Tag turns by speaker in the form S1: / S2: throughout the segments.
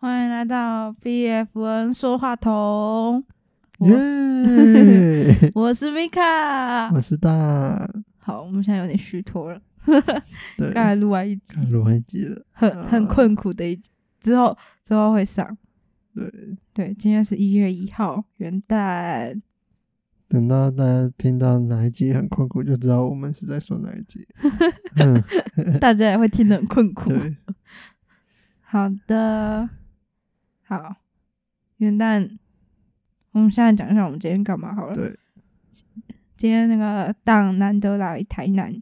S1: 来到 BFN 说话筒，我是
S2: 耶！
S1: 我是 Mika。
S2: 我是大，
S1: 好，我们现在有点虚脱了，
S2: 对，呃
S1: 刚才录完一集，
S2: 看录完集了，
S1: 很很困苦的一集，之后之后会上。
S2: 对
S1: 对，今天是一月一号，元 旦。
S2: 等到大家听到哪一集很困苦，就知道我们是在说哪一集。嗯，
S1: 大家也会听得很困苦。
S2: 对，
S1: 好的，好，元旦，我们现在讲一下我们今天干嘛好了。
S2: 对，
S1: 今天那个档难得来台南，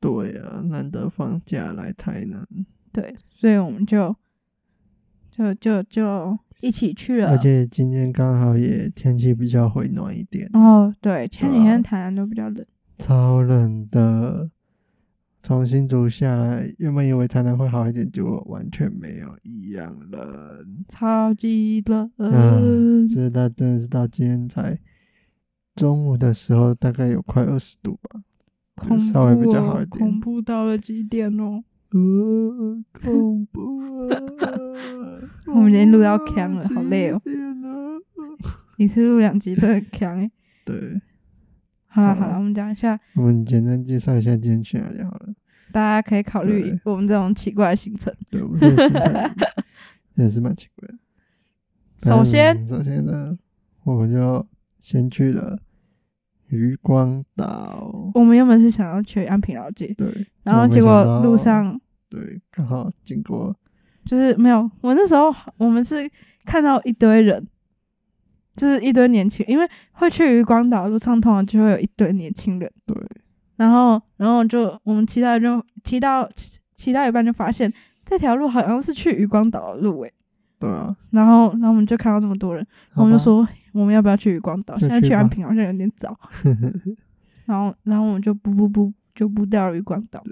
S2: 对啊，难得放假来台南，
S1: 对，所以我们就就就就一起去了
S2: 而。且今天刚好也天气比较回暖一点，
S1: 哦，对，前几
S2: 对啊
S1: 天台南都比较冷，
S2: 超冷的。从新竹下来，原本以为台南会好一点，结果完全没有一样冷。
S1: 嗯超级冷。
S2: 嗯这到真的是到今天才中午的时候，大概有快二十度吧。
S1: 恐怖、
S2: 稍微比较好
S1: 哦
S2: 一，点
S1: 恐怖到了极点哦！！
S2: 呃，恐怖啊
S1: 我们已经录到呛了好累哦
S2: 几点啊了
S1: 一次录两集都很强诶。
S2: 对，
S1: 好了
S2: 好
S1: 好了，我们讲一下，
S2: 我们简单介绍一下今天去哪里好了。
S1: 大家可以考虑
S2: 对嗯
S1: 我们这种奇怪的行程。
S2: 对，我们这 个行程也是蛮奇怪的。
S1: 首先，
S2: 嗯首先呢，我们就先去了渔光岛。
S1: 我们原本是想要去安平老街，
S2: 对，
S1: 然后
S2: 没
S1: 结
S2: 想
S1: 果
S2: 到
S1: 路上
S2: 对刚好经过，
S1: 就是没有。我那时候我们是看到一堆人，就是一堆年轻，因为会去渔光岛的路上通常就会有一堆年轻人。
S2: 对，
S1: 然后然后就我们骑到就骑到骑骑到一半就发现这条路好像是去渔光岛的路诶、
S2: 对啊，
S1: 然后然后我们就看到这么多人，
S2: 好
S1: 我们就
S2: 吧
S1: 说我们要不要去渔光岛？
S2: 就
S1: 现在
S2: 去
S1: 去安
S2: 吧
S1: 平好像有点 早。然后然后我们就不不不就不到渔光岛，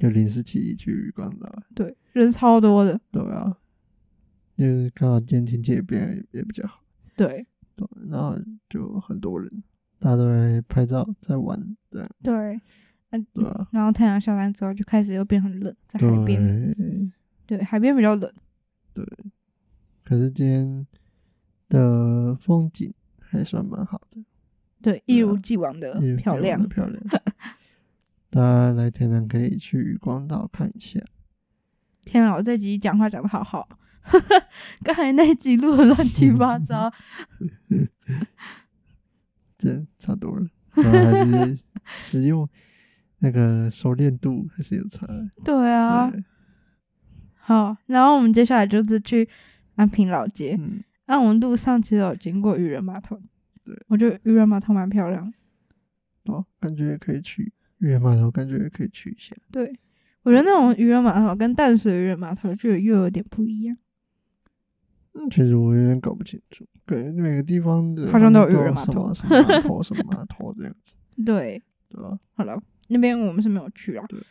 S2: 就临时起意去渔光岛。
S1: 对，人超多的，
S2: 对啊，就是刚好今天天气也变也比较好，
S1: 对
S2: 对，然后就很多人，大家都在拍照在玩，这样
S1: 对。嗯、
S2: 对啊，
S1: 然后太阳下山之后就开始又变很冷，
S2: 嗯
S1: 在海边，
S2: 对。
S1: 对，海边比较冷，
S2: 可是今天的风景还算蛮好的，
S1: 对，一
S2: 对啊
S1: 如既往的
S2: 也
S1: 呃漂亮
S2: 蛮，漂亮。大家来台南可以去渔光岛看一下，
S1: 天啊，我这集讲话讲的好好， 刚才那一集录的乱七八糟，
S2: 嗯真差多 了，然后还是使用那个熟练度还是有差的。
S1: 对啊，
S2: 对，
S1: 好，然后我们接下来就是去安平老街，
S2: 嗯，
S1: 那、我们路上其实有经过渔人码头，
S2: 对，
S1: 我觉得渔人码头蛮漂亮的，
S2: 哦，感觉也可以去月码头，感觉也可以去一下。
S1: 对，我觉得那种渔人码头跟淡水渔人码头就又有点不一样，
S2: 嗯，其实我有点搞不清楚，感觉每个地方的
S1: 好像都有
S2: 都
S1: 渔人
S2: 有
S1: 码
S2: 什
S1: 头
S2: 么什么码头，什么码头这样子，
S1: 对，
S2: 对吧？
S1: 好了，那边我们是没有去啊
S2: 对。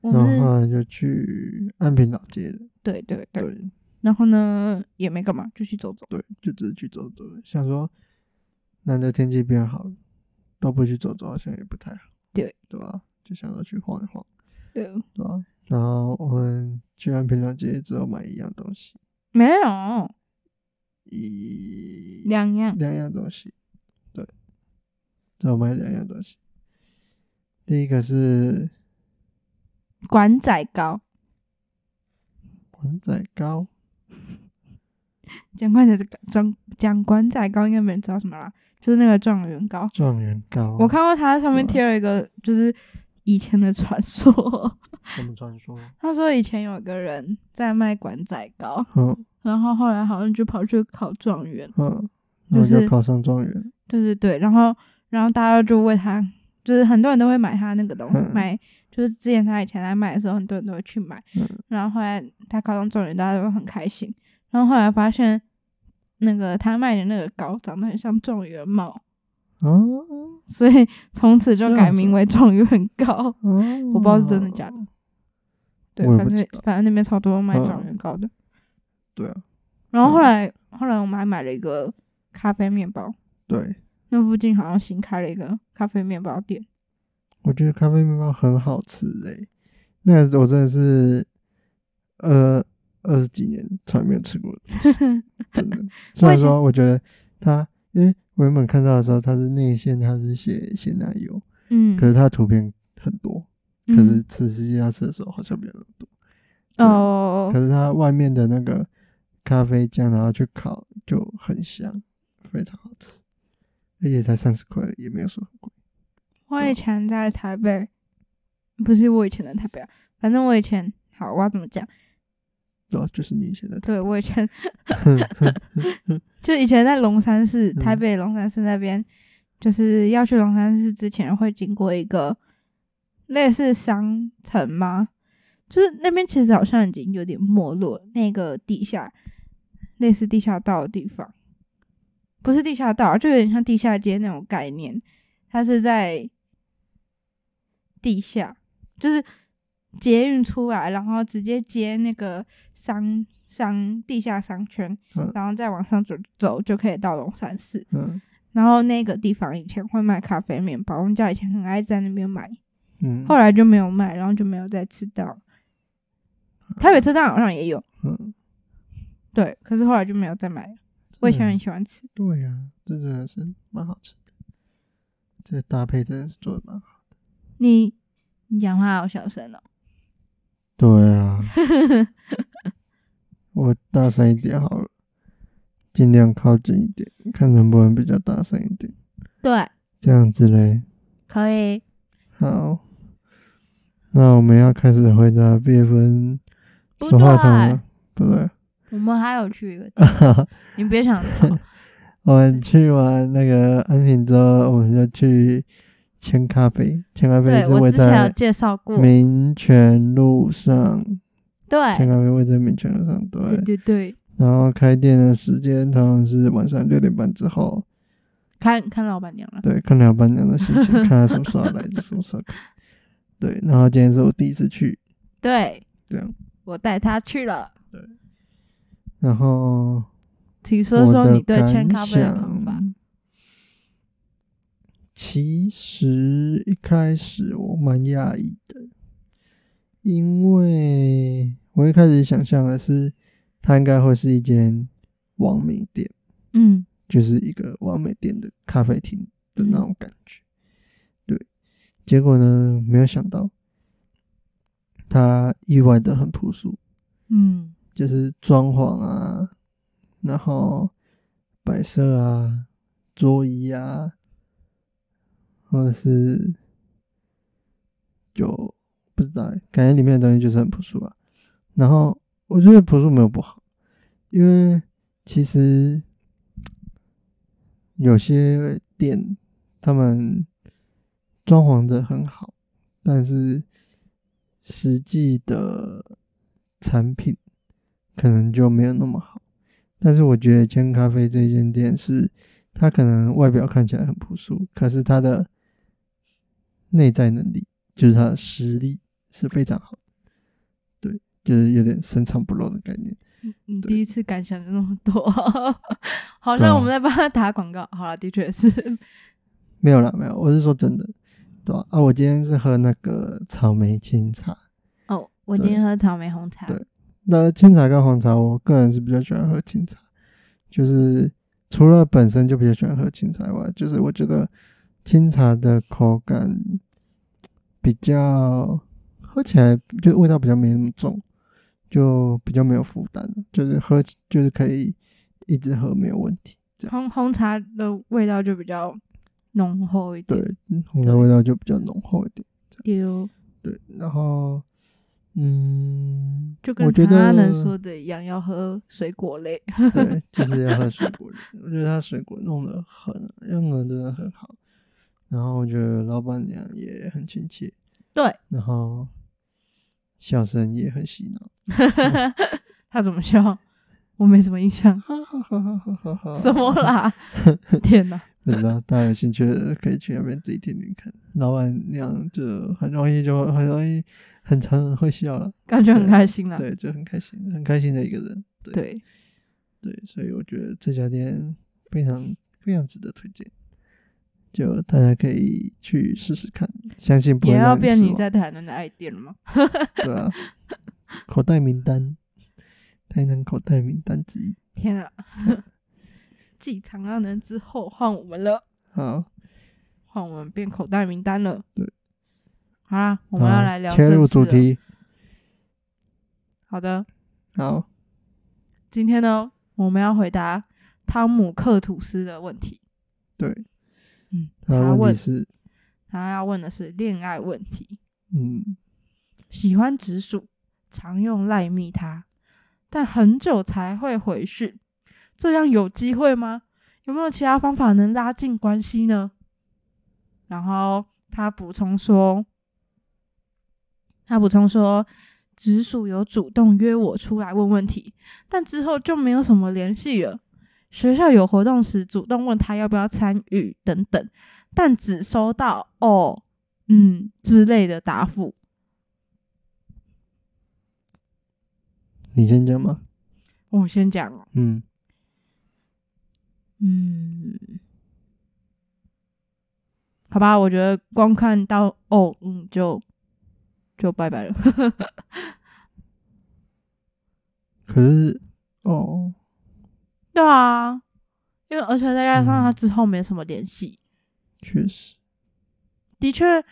S1: 我
S2: 然
S1: 们
S2: 后
S1: 是
S2: 后来就去安平老街了，
S1: 对对对，
S2: 对
S1: 然后呢也没干嘛，就去走走。
S2: 对，就只是去走走，想说难得天气变好了，都不去走走好像也不太好，
S1: 对
S2: 对吧？就想要去晃一晃，
S1: 对，
S2: 对吧？然后我们去安平老街只有买一样东西，
S1: 没有
S2: 呃一
S1: 两样，
S2: 两样东西，对，只有买两样东西。第一个是
S1: 管仔糕，
S2: 管仔糕，
S1: 讲管仔讲讲管仔糕，应该没人知道什么啦，就是那个状元糕。
S2: 状元糕。
S1: 我看过它上面
S2: 哦对啊
S1: 贴了一个，就是以前的传说。
S2: 什么传说？
S1: 他说以前有个人在卖管仔糕，
S2: 嗯
S1: 然后后来好像就跑去考状元。
S2: 嗯，
S1: 就
S2: 然后
S1: 是
S2: 就考上状元。
S1: 对对对，然后然后大家就为他，就是很多人都会买他那个东西，
S2: 嗯
S1: 买就是之前他以前在卖的时候，很多人都会去买，
S2: 嗯
S1: 然后后来他考上状元，大家都很开心，然后后来发现那个他卖的那个糕长得很像状元帽，
S2: 哦
S1: 所 以从此就
S2: 这
S1: 改
S2: 样子
S1: 名为状元糕。
S2: 哦，
S1: 我不知道是真的假的，对，
S2: 我也
S1: 反
S2: 不
S1: 正
S2: 知道
S1: 反正那边超多卖
S2: 嗯
S1: 状元糕的。
S2: 对啊，
S1: 然后后来、后来我们还买了一个咖啡面包，
S2: 对，
S1: 那附近好像新开了一个咖啡面包店。
S2: 我觉得咖欸啡面包很好吃诶、那我真的是，呃，二十几年从来没有吃过的东 西真的。虽然说我觉得它，因为我原本看到的时候它是内馅，它是写鲜奶油，
S1: 嗯，
S2: 可是它的图片很多，可是吃实际上吃的时候好像没有那么多。
S1: 嗯哦
S2: 可，是它外面的那个咖啡酱，然后去烤就很香，非常好吃，而且才三十块，也没有说很贵。
S1: 我以前在台北，不是我以前的台北啊，反正我以前好，我要怎么讲？
S2: 对啊、就是你现在
S1: 对我以前就以前在龙山寺，台北龙山寺那边，就是要去龙山寺之前会经过一个类似商城吗？就是那边其实好像已经有点没落，那个地下类似地下道的地方，不是地下道啊，就有点像地下街那种概念。它是在地下，就是捷运出来，然后直接接那个商商地下商圈
S2: 嗯，
S1: 然后再往上走走就可以到龙山寺。
S2: 嗯
S1: 然后那个地方以前会卖咖啡面包，我们家以前很爱在那边买，
S2: 嗯
S1: 后来就没有卖，然后就没有再吃到。台北车站好像也有，
S2: 嗯，
S1: 对，可是后来就没有再买了。我以前很
S2: 嗯
S1: 喜欢吃，
S2: 对呀、这真的是蛮好吃的，这搭配真的是做的蛮好。
S1: 你你讲话好小声哦。
S2: 对啊， 我大声一点好了，尽量靠近一点，看能不能比较大声一点，
S1: 对，
S2: 这样子嘞。
S1: 可以。
S2: 好，那我们要开始回答毕业分
S1: 不
S2: 说话堂
S1: 对
S2: 了，，不对，
S1: 我们还有去一个地 方，你别想逃。
S2: 我们去完那个安平之后，我们就去千咖啡，千咖啡
S1: 对
S2: 是
S1: 我
S2: 位
S1: 之前有
S2: 在
S1: 介绍过，
S2: 民权路上，千
S1: 对
S2: 咖啡位在民权路上，
S1: 对
S2: 对。
S1: 对对，
S2: 然后开店的时间通常是晚上六点半之后，
S1: 看看老板娘了，
S2: 对，看老板娘的心情， 看她什么时候来就什么时候开。对，然后今天是我第一次去，
S1: 对，
S2: 这样，
S1: 我带她去了。
S2: 然后
S1: 请说
S2: 我
S1: 说
S2: 的
S1: 你对
S2: 感
S1: 千咖啡的看
S2: 想
S1: 法。
S2: 其实一开始我蛮讶异的，因为我一开始想象的是，它应该会是一间网美店，
S1: 嗯
S2: 就是一个网美店的咖啡厅的那种感觉。对，结果呢，没有想到，它意外的很朴素，
S1: 嗯
S2: 就是装潢啊，然后摆设啊，桌椅啊，或者是就不知道欸，感觉里面的东西就是很朴素啊。然后我觉得朴素没有不好，因为其实有些店他们装潢的很好，但是实际的产品。可能就没有那么好。但是我觉得千咖啡这间店是，它可能外表看起来很朴素，可是它的内在能力，就是它的实力是非常好的。对，就是有点深藏不露的概念。
S1: 你
S2: 对
S1: 第一次感想就那么多， 好
S2: 对啊
S1: 像我们在帮他打广告。好了，的确是，
S2: 没有啦，没有，我是说真的，对吧、啊？我今天是喝那个草莓清茶，
S1: 哦，我
S2: 对
S1: 今天喝草莓红茶，
S2: 对那清茶跟红茶，我个人是比较喜欢喝清茶，就是除了本身就比较喜欢喝清茶以外，就是我觉得清茶的口感比较喝起来就味道比较没那么重，就比较没有负担，就是喝起就是可以一直喝没有问题。这样
S1: 红红茶的味道就比较浓厚一
S2: 对
S1: 点，，
S2: 嗯红茶味道就比较浓厚一点。
S1: 丢，
S2: 对，然后嗯，
S1: 就
S2: 我
S1: 跟
S2: 觉
S1: 常
S2: 得
S1: 阿能说的一样，要喝水果类。
S2: 对，就是要喝水 果。我觉得他水果弄得很，用的真的很好。然后我觉得老板娘也很亲切，
S1: 对，
S2: 然后笑声也很洗脑，
S1: 他怎么笑？我没什么印象。
S2: 哈哈哈哈哈哈哈。
S1: 什么？ 啦？天哪！
S2: 不知道，大家有兴趣的可以去那边自己听听看。老板娘就很容易就很容易很常会笑了，
S1: 感觉很开心啦。
S2: 对，就很开心，很开心的一个人。对
S1: 对，
S2: 对，所以我觉得这家店非常非常值得推荐，就大家可以去试试看，相信不会
S1: 也要
S2: 让
S1: 变
S2: 失
S1: 你
S2: 望
S1: 在台南的爱店了吗？
S2: 对啊，口袋名单，台南口袋名单之一。
S1: 天 啊，继长安人之后换我们了，
S2: 好，
S1: 换我们变口袋名单了。
S2: 对，
S1: 好啦，我们要
S2: 好
S1: 来聊
S2: 切
S1: 正
S2: 入
S1: 事
S2: 主
S1: 了。
S2: 题。
S1: 好的，
S2: 好，
S1: 今天呢，我们要回答汤姆克吐斯的问题。
S2: 对，
S1: 嗯，
S2: 他
S1: 他
S2: 的问
S1: 问
S2: 题是，
S1: 他要问的是恋爱问题，
S2: 嗯，
S1: 喜欢直属，常用赖密他，但很久才会回讯，这样有机会吗？有没有其他方法能拉近关系呢？然后他补充说，他补充说，直属有主动约我出来问问题，但之后就没有什么联系了。学校有活动时主动问他要不要参与等等，但只收到哦、嗯之类的答复。
S2: 你先讲嘛。
S1: 我先讲哦，
S2: 嗯，
S1: 嗯，好吧，我觉得光看到哦，嗯，就就拜拜 了。
S2: 可是，哦，
S1: 对啊，因为而且再加上他
S2: 嗯
S1: 之后没什么联系，
S2: 确实，
S1: 的确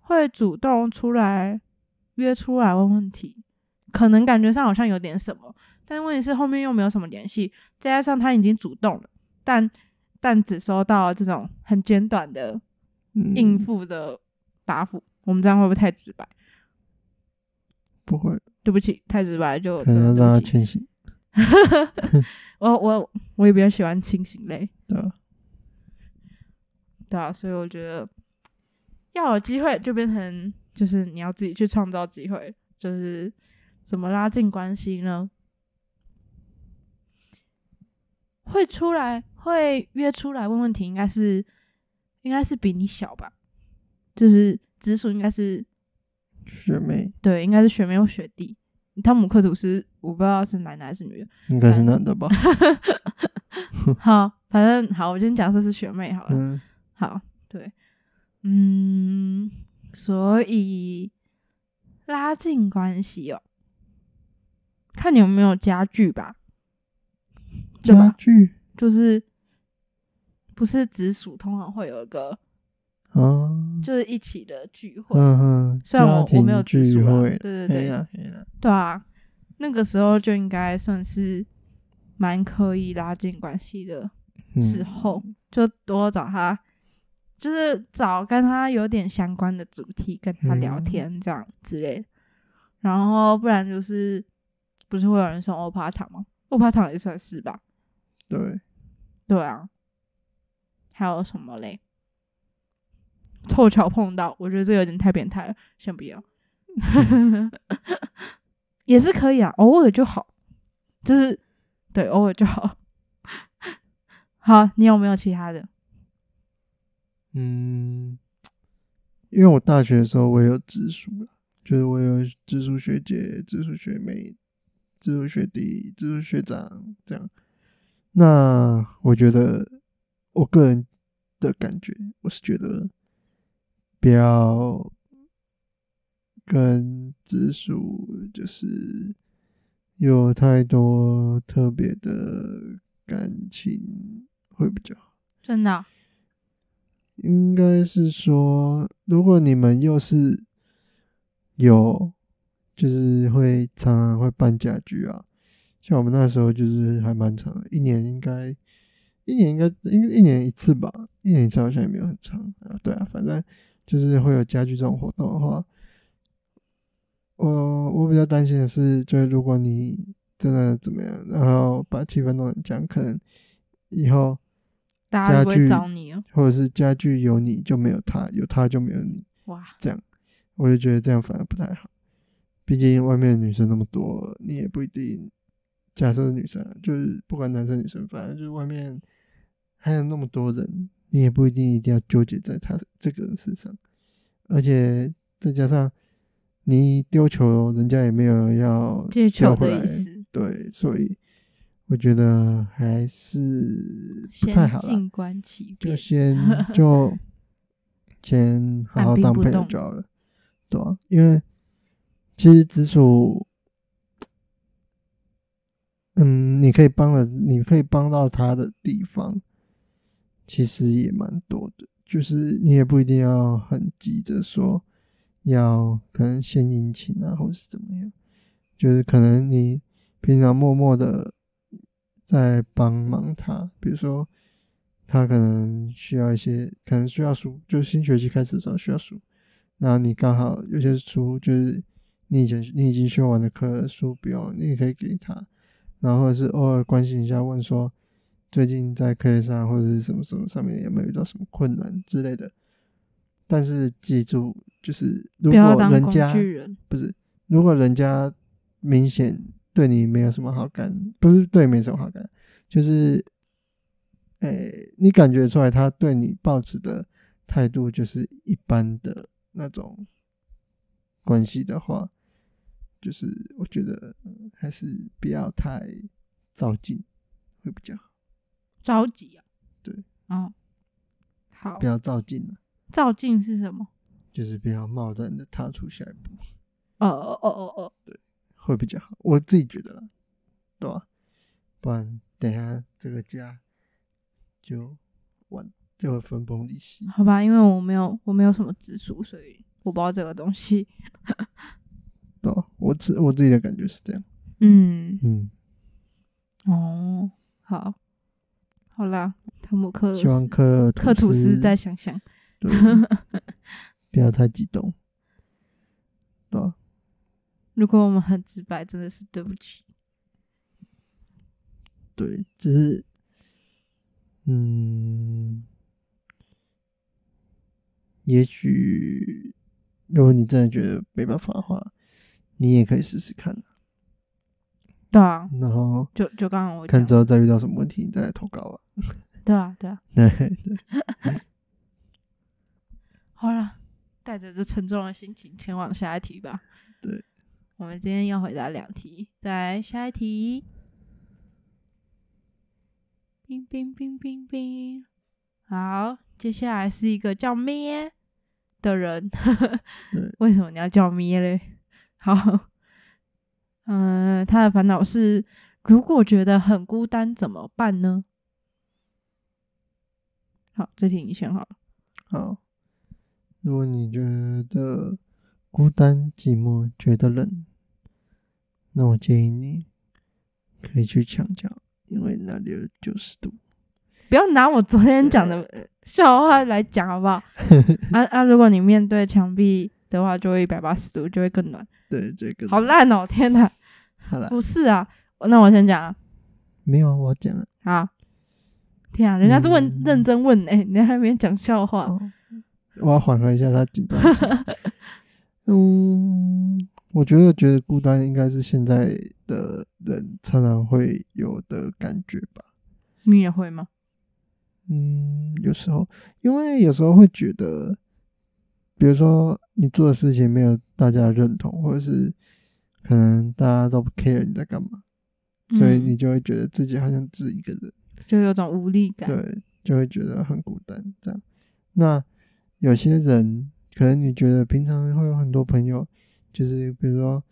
S1: 会主动出来约出来问问题，可能感觉上好像有点什么，但问题是后面又没有什么联系，再加上他已经主动了，但但只收到这种很简短的
S2: 嗯，
S1: 应付的答复，我们这样会不会太直白？
S2: 不会，
S1: 对不起，太直白就
S2: 可
S1: 真的
S2: 能要
S1: 对
S2: 让他
S1: 不起。
S2: 清醒，
S1: 我我我也比较喜欢清醒类，
S2: 对啊吧？
S1: 对啊，所以我觉得要有机会就变成就是你要自己去创造机会，就是怎么拉近关系呢？会出来会约出来问问题，应该是应该是比你小吧，就是直属应该是
S2: 学妹
S1: 对，应该是学妹或学弟。汤姆克鲁斯我不知道是男的还是女的，
S2: 应该是男的吧？
S1: 好，反正好，我今天假设是学妹好了。
S2: 嗯，
S1: 好，对，嗯，所以拉近关系哦，看你有没有家具吧，对
S2: 家
S1: 吧？
S2: 具
S1: 就是不是直属，通常会有一个
S2: 啊，
S1: 就是一起的聚会，
S2: 嗯哼，
S1: 虽然
S2: 家
S1: 我我没有
S2: 庭
S1: 直
S2: 聚
S1: 属啦
S2: 会，哎
S1: 对对
S2: 嘿
S1: 对，
S2: 啦嘿啦
S1: 对啊，那个时候就应该算是蛮可以拉近关系的
S2: 嗯
S1: 时候，就多找他，就是找跟他有点相关的主题跟他聊天这样之类的。然后不然就是不是会有人送欧趴糖吗？欧趴糖也算是吧。
S2: 对，
S1: 对啊，还有什么嘞？凑巧碰到，我觉得这有点太变态了，先 不要。也是可以啊，偶尔就好，就是对，偶尔就好。好，你有没有其他的？
S2: 嗯，因为我大学的时候我也有直属啦，就是我有直属学姐、直属学妹、直属学弟、直属学长这样。那我觉得，我个人的感觉，我是觉得不要跟直属就是有太多特别的感情会比较好。
S1: 真的啊、
S2: 应该是说，如果你们又是有，就是会常常会办家具啊，像我们那时候就是还蛮长的，一年应该一年应该应一年一次吧，一年一次好像也没有很长啊。对啊，反正就是会有家具这种活动的话，我我比较担心的是，就是如果你真的怎么样，然后把气氛弄得很僵，可能以后。
S1: 大家会不
S2: 家具
S1: 会找你哦？
S2: 或者是家具有你就没有他，有他就没有你，
S1: 哇，
S2: 我就觉得这样反而不太好。毕竟外面的女生那么多，你也不一定。假设女生啊就是不管男生女生，反正就是外面还有那么多人，你也不一定一定要纠结在他这个人身上。而且再加上你丢球，人家也没有要
S1: 借
S2: 叫
S1: 球
S2: 回
S1: 的
S2: 来
S1: 意，思，
S2: 对，所以我觉得还是不太
S1: 先
S2: 好啦。
S1: 静观其
S2: 就
S1: 变。
S2: 先 就先好好
S1: 按兵
S2: 当
S1: 不
S2: 朋友
S1: 动
S2: 就好了，对啊，因为其实直属嗯，你可以帮了，你可以帮到他的地方，其实也蛮多的。就是你也不一定要很急着说要可能献殷勤啊，或是怎么样，就是可能你平常默默的在帮忙他，比如说他可能需要一些，可能需要书，就是新学期开始的时候需要书，那你刚好有些书就是你以前你已经修完的课的书不用了，你也可以给他，然后或者是偶尔关心一下，问说最近在课业上或者是什么什么上面有没有遇到什么困难之类的。但是记住，就是如
S1: 不要
S2: 果
S1: 当
S2: 人
S1: 工
S2: 家
S1: 具人。
S2: 不是，如果人家明显对你没有什么好感，不是对你没什么好感，就是，呃、你感觉出来他对你抱持的态度就是一般的那种关系的话，就是我觉得嗯还是不要太照进会比较好，
S1: 着急啊。
S2: 对，
S1: 嗯，好
S2: 不，要照进了，
S1: 照镜是什么？
S2: 就是不要贸然的踏出下一步。
S1: 哦哦哦哦哦，
S2: 会比较好，我自己觉得啦，对吧、不然等一下这个家就完就会分崩离析。
S1: 好吧，因为我没有我没有什么指数，所以我不知道这个东西。
S2: 对吧、我自我自己的感觉是这样。
S1: 嗯，
S2: 嗯，
S1: 哦，好，好啦，汤姆克
S2: 希望克
S1: 克
S2: 土
S1: 吐斯再想想。
S2: 对不要太激动，对吧、
S1: 如果我们很直白，真的是对不起。
S2: 对，只是嗯，也许如果你真的觉得没办法的话，你也可以试试看，啊
S1: 对啊，
S2: 然后。
S1: 就就刚刚我
S2: 看
S1: 讲，
S2: 之后再遇到什么问题，你再来投稿吧。
S1: 对啊对啊，
S2: 对，
S1: 好啦，带着这沉重的心情前往下一题吧。
S2: 对，
S1: 我们今天要回答两题，再来下一题。冰冰冰冰冰，好，接下来是一个叫咩的人
S2: 对。
S1: 为什么你要叫咩嘞？好，嗯、他的烦恼是，如果觉得很孤单怎么办呢？好，这题你选好了。
S2: 好。如果你觉得孤单寂寞，觉得冷，那我建议你可以去墙角，因为那里有九十度。
S1: 不要拿我昨天讲的 笑话来讲好不好？啊啊！如果你面对墙壁的话，就会一百八十度，就会更暖。
S2: 对，这个
S1: 好，烂哦！天 哪，
S2: 好了，
S1: 不是啊，那我先讲啊。
S2: 没有啊，我讲了。
S1: 好，天啊，人家是问、
S2: 嗯
S1: 认真问哎、你还没讲笑话。
S2: 哦我要缓和一下他紧张的情绪。嗯，我觉得觉得孤单应该是现在的人常常会有的感觉吧。
S1: 你也会吗？
S2: 嗯，有时候，因为有时候会觉得，比如说你做的事情没有大家认同，或者是可能大家都不 care 你在干嘛，所以
S1: 嗯
S2: 你就会觉得自己好像是一个人，
S1: 就有种无力感。
S2: 对，就会觉得很孤单这样。那有些人可能你觉得平常会有很多朋友，就是比如说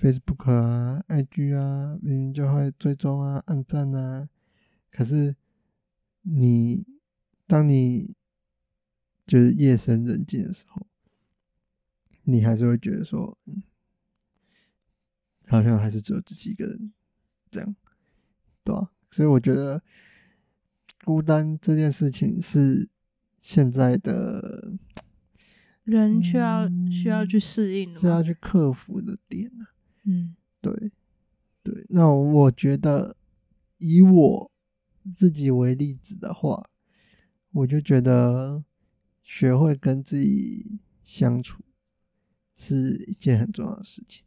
S2: Facebook 啊、IG 啊，明明就会追踪啊、按赞啊，可是你当你就是夜深人静的时候，你还是会觉得说，嗯，好像还是只有自己一个人这样，对啊？所以我觉得孤单这件事情是现在的
S1: 人需要、
S2: 嗯
S1: 需要去适应
S2: 是啊
S1: 的
S2: 要
S1: 吗？
S2: 去克服的点啊。
S1: 嗯
S2: 对，对，那我觉得以我自己为例子的话，我就觉得学会跟自己相处是一件很重要的事情。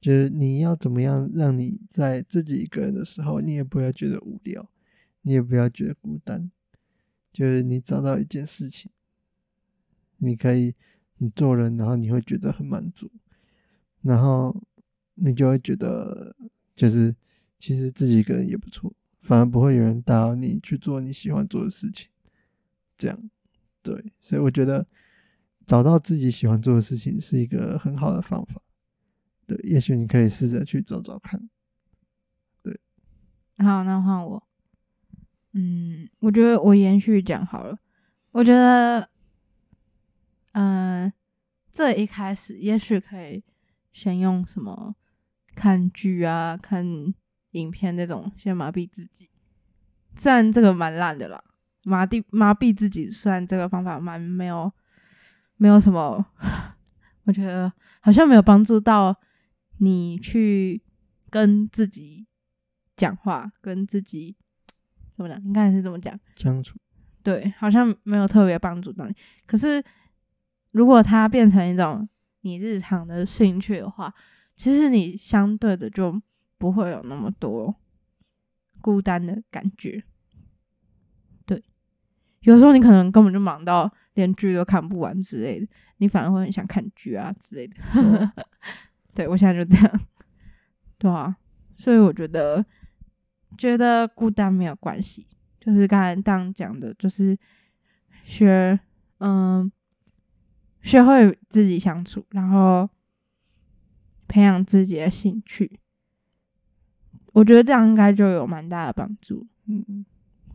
S2: 就是你要怎么样让你在自己一个人的时候，你也不要觉得无聊，你也不要觉得孤单。就是你找到一件事情，你可以你做人，然后你会觉得很满足，然后你就会觉得就是其实自己一个人也不错，反而不会有人打扰你去做你喜欢做的事情。这样，对，所以我觉得找到自己喜欢做的事情是一个很好的方法。对，也许你可以试着去找找看。对，
S1: 好，那换我。嗯，我觉得我延续讲好了。我觉得，嗯、这一开始也许可以先用什么看剧啊、看影片那种，先麻痹自己。虽然这个蛮烂的啦，麻痹麻痹自己，虽然这个方法蛮没有没有什么， 我觉得好像没有帮助到你去跟自己讲话，跟自己怎么讲？应该是怎么讲？
S2: 相处，
S1: 对，好像没有特别帮助到你。可是如果它变成一种你日常的兴趣的话，其实你相对的就不会有那么多孤单的感觉。对，有时候你可能根本就忙到连剧都看不完之类的，你反而会很想看剧啊之类的。 对我现在就这样，对啊，所以我觉得觉得孤单没有关系，就是刚才当讲的，就是学嗯学会自己相处，然后培养自己的兴趣，我觉得这样应该就有蛮大的帮助。
S2: 嗯，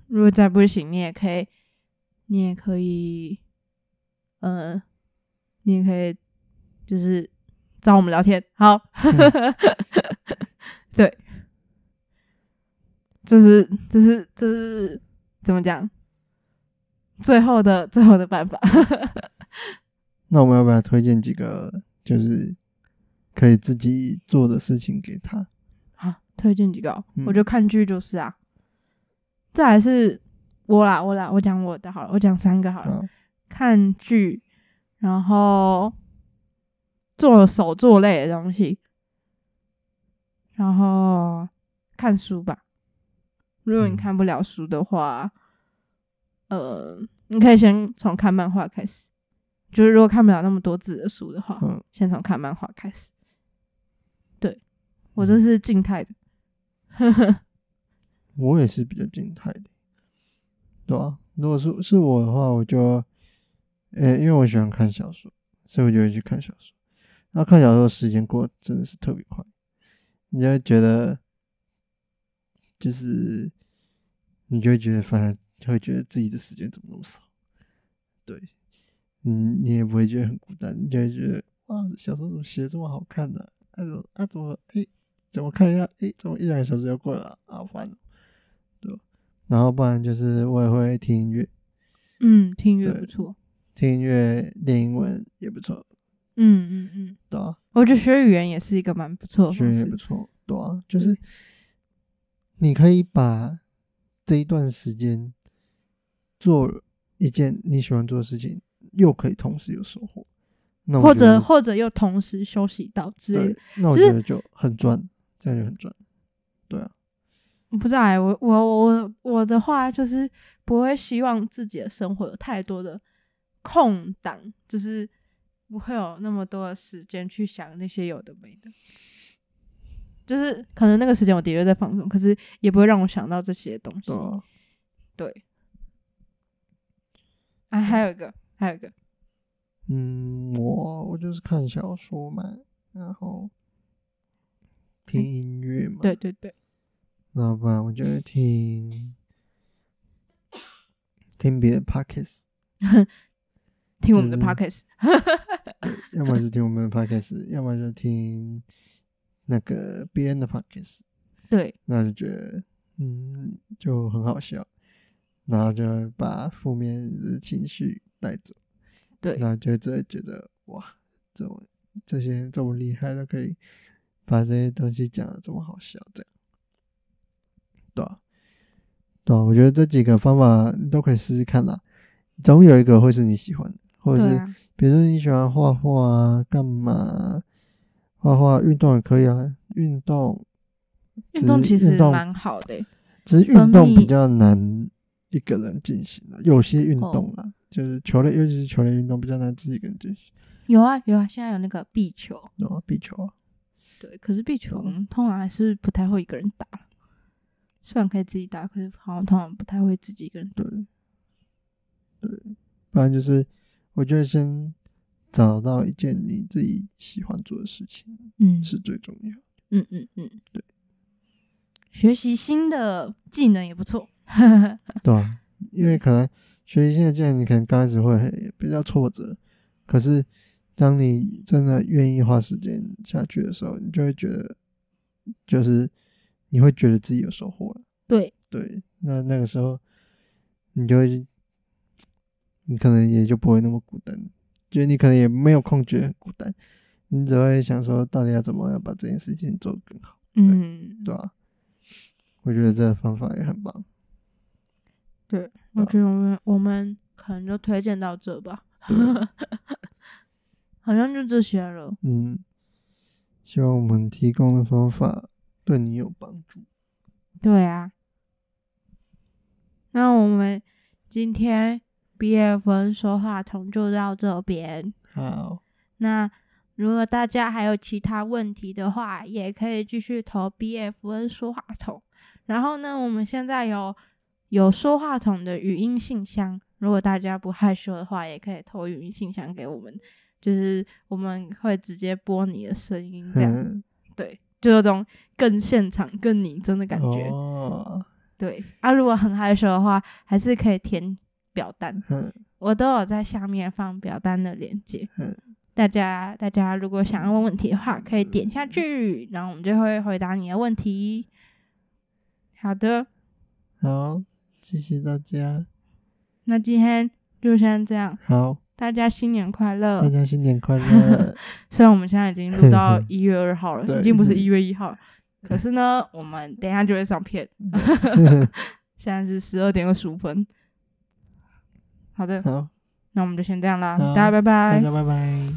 S1: 如果再不行，你也可以，你也可以，呃，你也可以，就是找我们聊天。好，对，这是这是这是怎么讲？最后的最后的办法，
S2: 那我们要不要推荐几个就是可以自己做的事情给他？
S1: 好，啊推荐几个哦、
S2: 嗯
S1: 我就看剧就是啊。再来是我啦，我啦，我讲我的好了，我讲三个好了。
S2: 啊，
S1: 看剧，然后做手作类的东西，然后看书吧。如果你
S2: 嗯
S1: 看不了书的话，呃，你可以先从看漫画开始。就是如果看不了那么多字的书的话，
S2: 嗯，
S1: 先从看漫画开始。对
S2: 嗯
S1: 我这是静态的，
S2: 我也是比较静态的，对啊。如果是是我的话，我就，呃、因为我喜欢看小说，所以我就会去看小说。那看小说时间过得真的是特别快，你就会觉得，就是，你就会觉得，反正就会觉得自己的时间怎么那么少，对，你你也不会觉得很孤单，你就会觉得，哇，小说怎么写得这么好看呢、啊？怎么啊怎么哎、怎么看一下哎、怎么一两个小时要过了啊？啊烦哦然后不然就是我也会听音乐，
S1: 嗯，听音乐
S2: 对
S1: 不错，
S2: 听音乐练英文也不错，
S1: 嗯嗯嗯，
S2: 对啊，
S1: 我觉得学语言也是一个蛮不错的
S2: 学
S1: 方
S2: 英语
S1: 式
S2: 也不，错，对啊，就是你可以把这一段时间做一件你喜欢做的事情，又可以同时有收获，那我
S1: 或
S2: 觉
S1: 者
S2: 得
S1: 或者又同时休息到之类的
S2: 对。，那我
S1: 就是
S2: 觉得就很赚，这样就很赚，对啊，
S1: 我不知道、欸，我我我我的话就是不会希望自己的生活有太多的空档，就是不会有那么多的时间去想那些有的没的。就是可能那个时间我的确在放松，可是也不会让我想到这些东西
S2: 对。啊，
S1: 对，啊，还有一个，还有一个，
S2: 嗯，我我就是看小说嘛，然
S1: 嗯
S2: 后听音乐嘛，
S1: 对对对，
S2: 那不然我就会听听别的 podcast，
S1: 听我们的
S2: 就是
S1: podcast，
S2: 要么就听我们的 podcast，要么就听那个别人的 podcast，
S1: 对，
S2: 那就觉得嗯就很好笑，然后就会把负面的情绪带走，
S1: 对
S2: 那就真的觉得哇，这么这些这么厉害都可以把这些东西讲的这么好笑，这样，对啊，对啊，我觉得这几个方法你都可以试试看啦，总有一个会是你喜欢的，或者
S1: 对
S2: 是
S1: 啊，
S2: 比如说你喜欢画画啊，干嘛？画画、运动也可以啊，运动，
S1: 运动
S2: 只
S1: 其
S2: 是
S1: 实
S2: 运动
S1: 蛮好的欸、
S2: 只是
S1: 分
S2: 运动比
S1: 泌
S2: 较难一个人进行啊。有些运
S1: 哦
S2: 动啊，就是球类，尤其是球类运动比较难自己一个人进行。
S1: 有啊有啊，现在有那个壁球，
S2: 然后壁球啊，
S1: 对，可是壁球通常还是不太会一个人打，虽然可以自己打，可是好像通常不太会自己一个人打
S2: 对。不然就是我觉得先找到一件你自己喜欢做的事情
S1: 嗯
S2: 是最重要的。
S1: 嗯嗯嗯，
S2: 对。
S1: 学习新的技能也不错。
S2: 对啊，因为可能学习现在技能，你可能刚开始会比较挫折，可是当你真的愿意花时间下去的时候，你就会觉得，就是你会觉得自己有收获了。
S1: 对
S2: 对，那那个时候你就会，你可能也就不会那么孤单，就是你可能也没有空觉得很孤单，你只会想说，到底要怎么样把这件事情做得更好，
S1: 嗯，
S2: 对吧、我觉得这个方法也很棒。
S1: 我觉得我们我们可能就推荐到这吧， 好像就这些了。
S2: 嗯，希望我们提供的方法对你有帮助。
S1: 对啊，那我们今天毕业分说话筒就到这边。
S2: 好，
S1: 那如果大家还有其他问题的话，也可以继续投 BFN 说话筒。然后呢，我们现在有有说话筒的语音信箱，如果大家不害羞的话，也可以投语音信箱给我们，就是我们会直接播你的声音，这样、
S2: 嗯，
S1: 就有种更现场、更拟真的感觉。
S2: 哦，
S1: 对啊，如果很害羞的话，还是可以填表单。
S2: 嗯，
S1: 我都有在下面放表单的链接，
S2: 嗯
S1: 大家大家如果想要问问题的话，可以点
S2: 嗯
S1: 下去，然后我们就会回答你的问题。好的，
S2: 好，谢谢大家。
S1: 那今天就先这样，
S2: 好，
S1: 大家新年快
S2: 大
S1: 乐！
S2: 家新年快 乐！
S1: 虽然我们现在已经录 到一月二号了，
S2: 对
S1: 已经不是
S2: 嗯
S1: 一月一号了，可是呢，我们等一下就会上片，
S2: 嗯
S1: 现在是十二点二十五分。好的，
S2: 好，
S1: 那我们就先这样啦，
S2: 好
S1: 大家拜
S2: 大
S1: 拜。
S2: 家拜拜。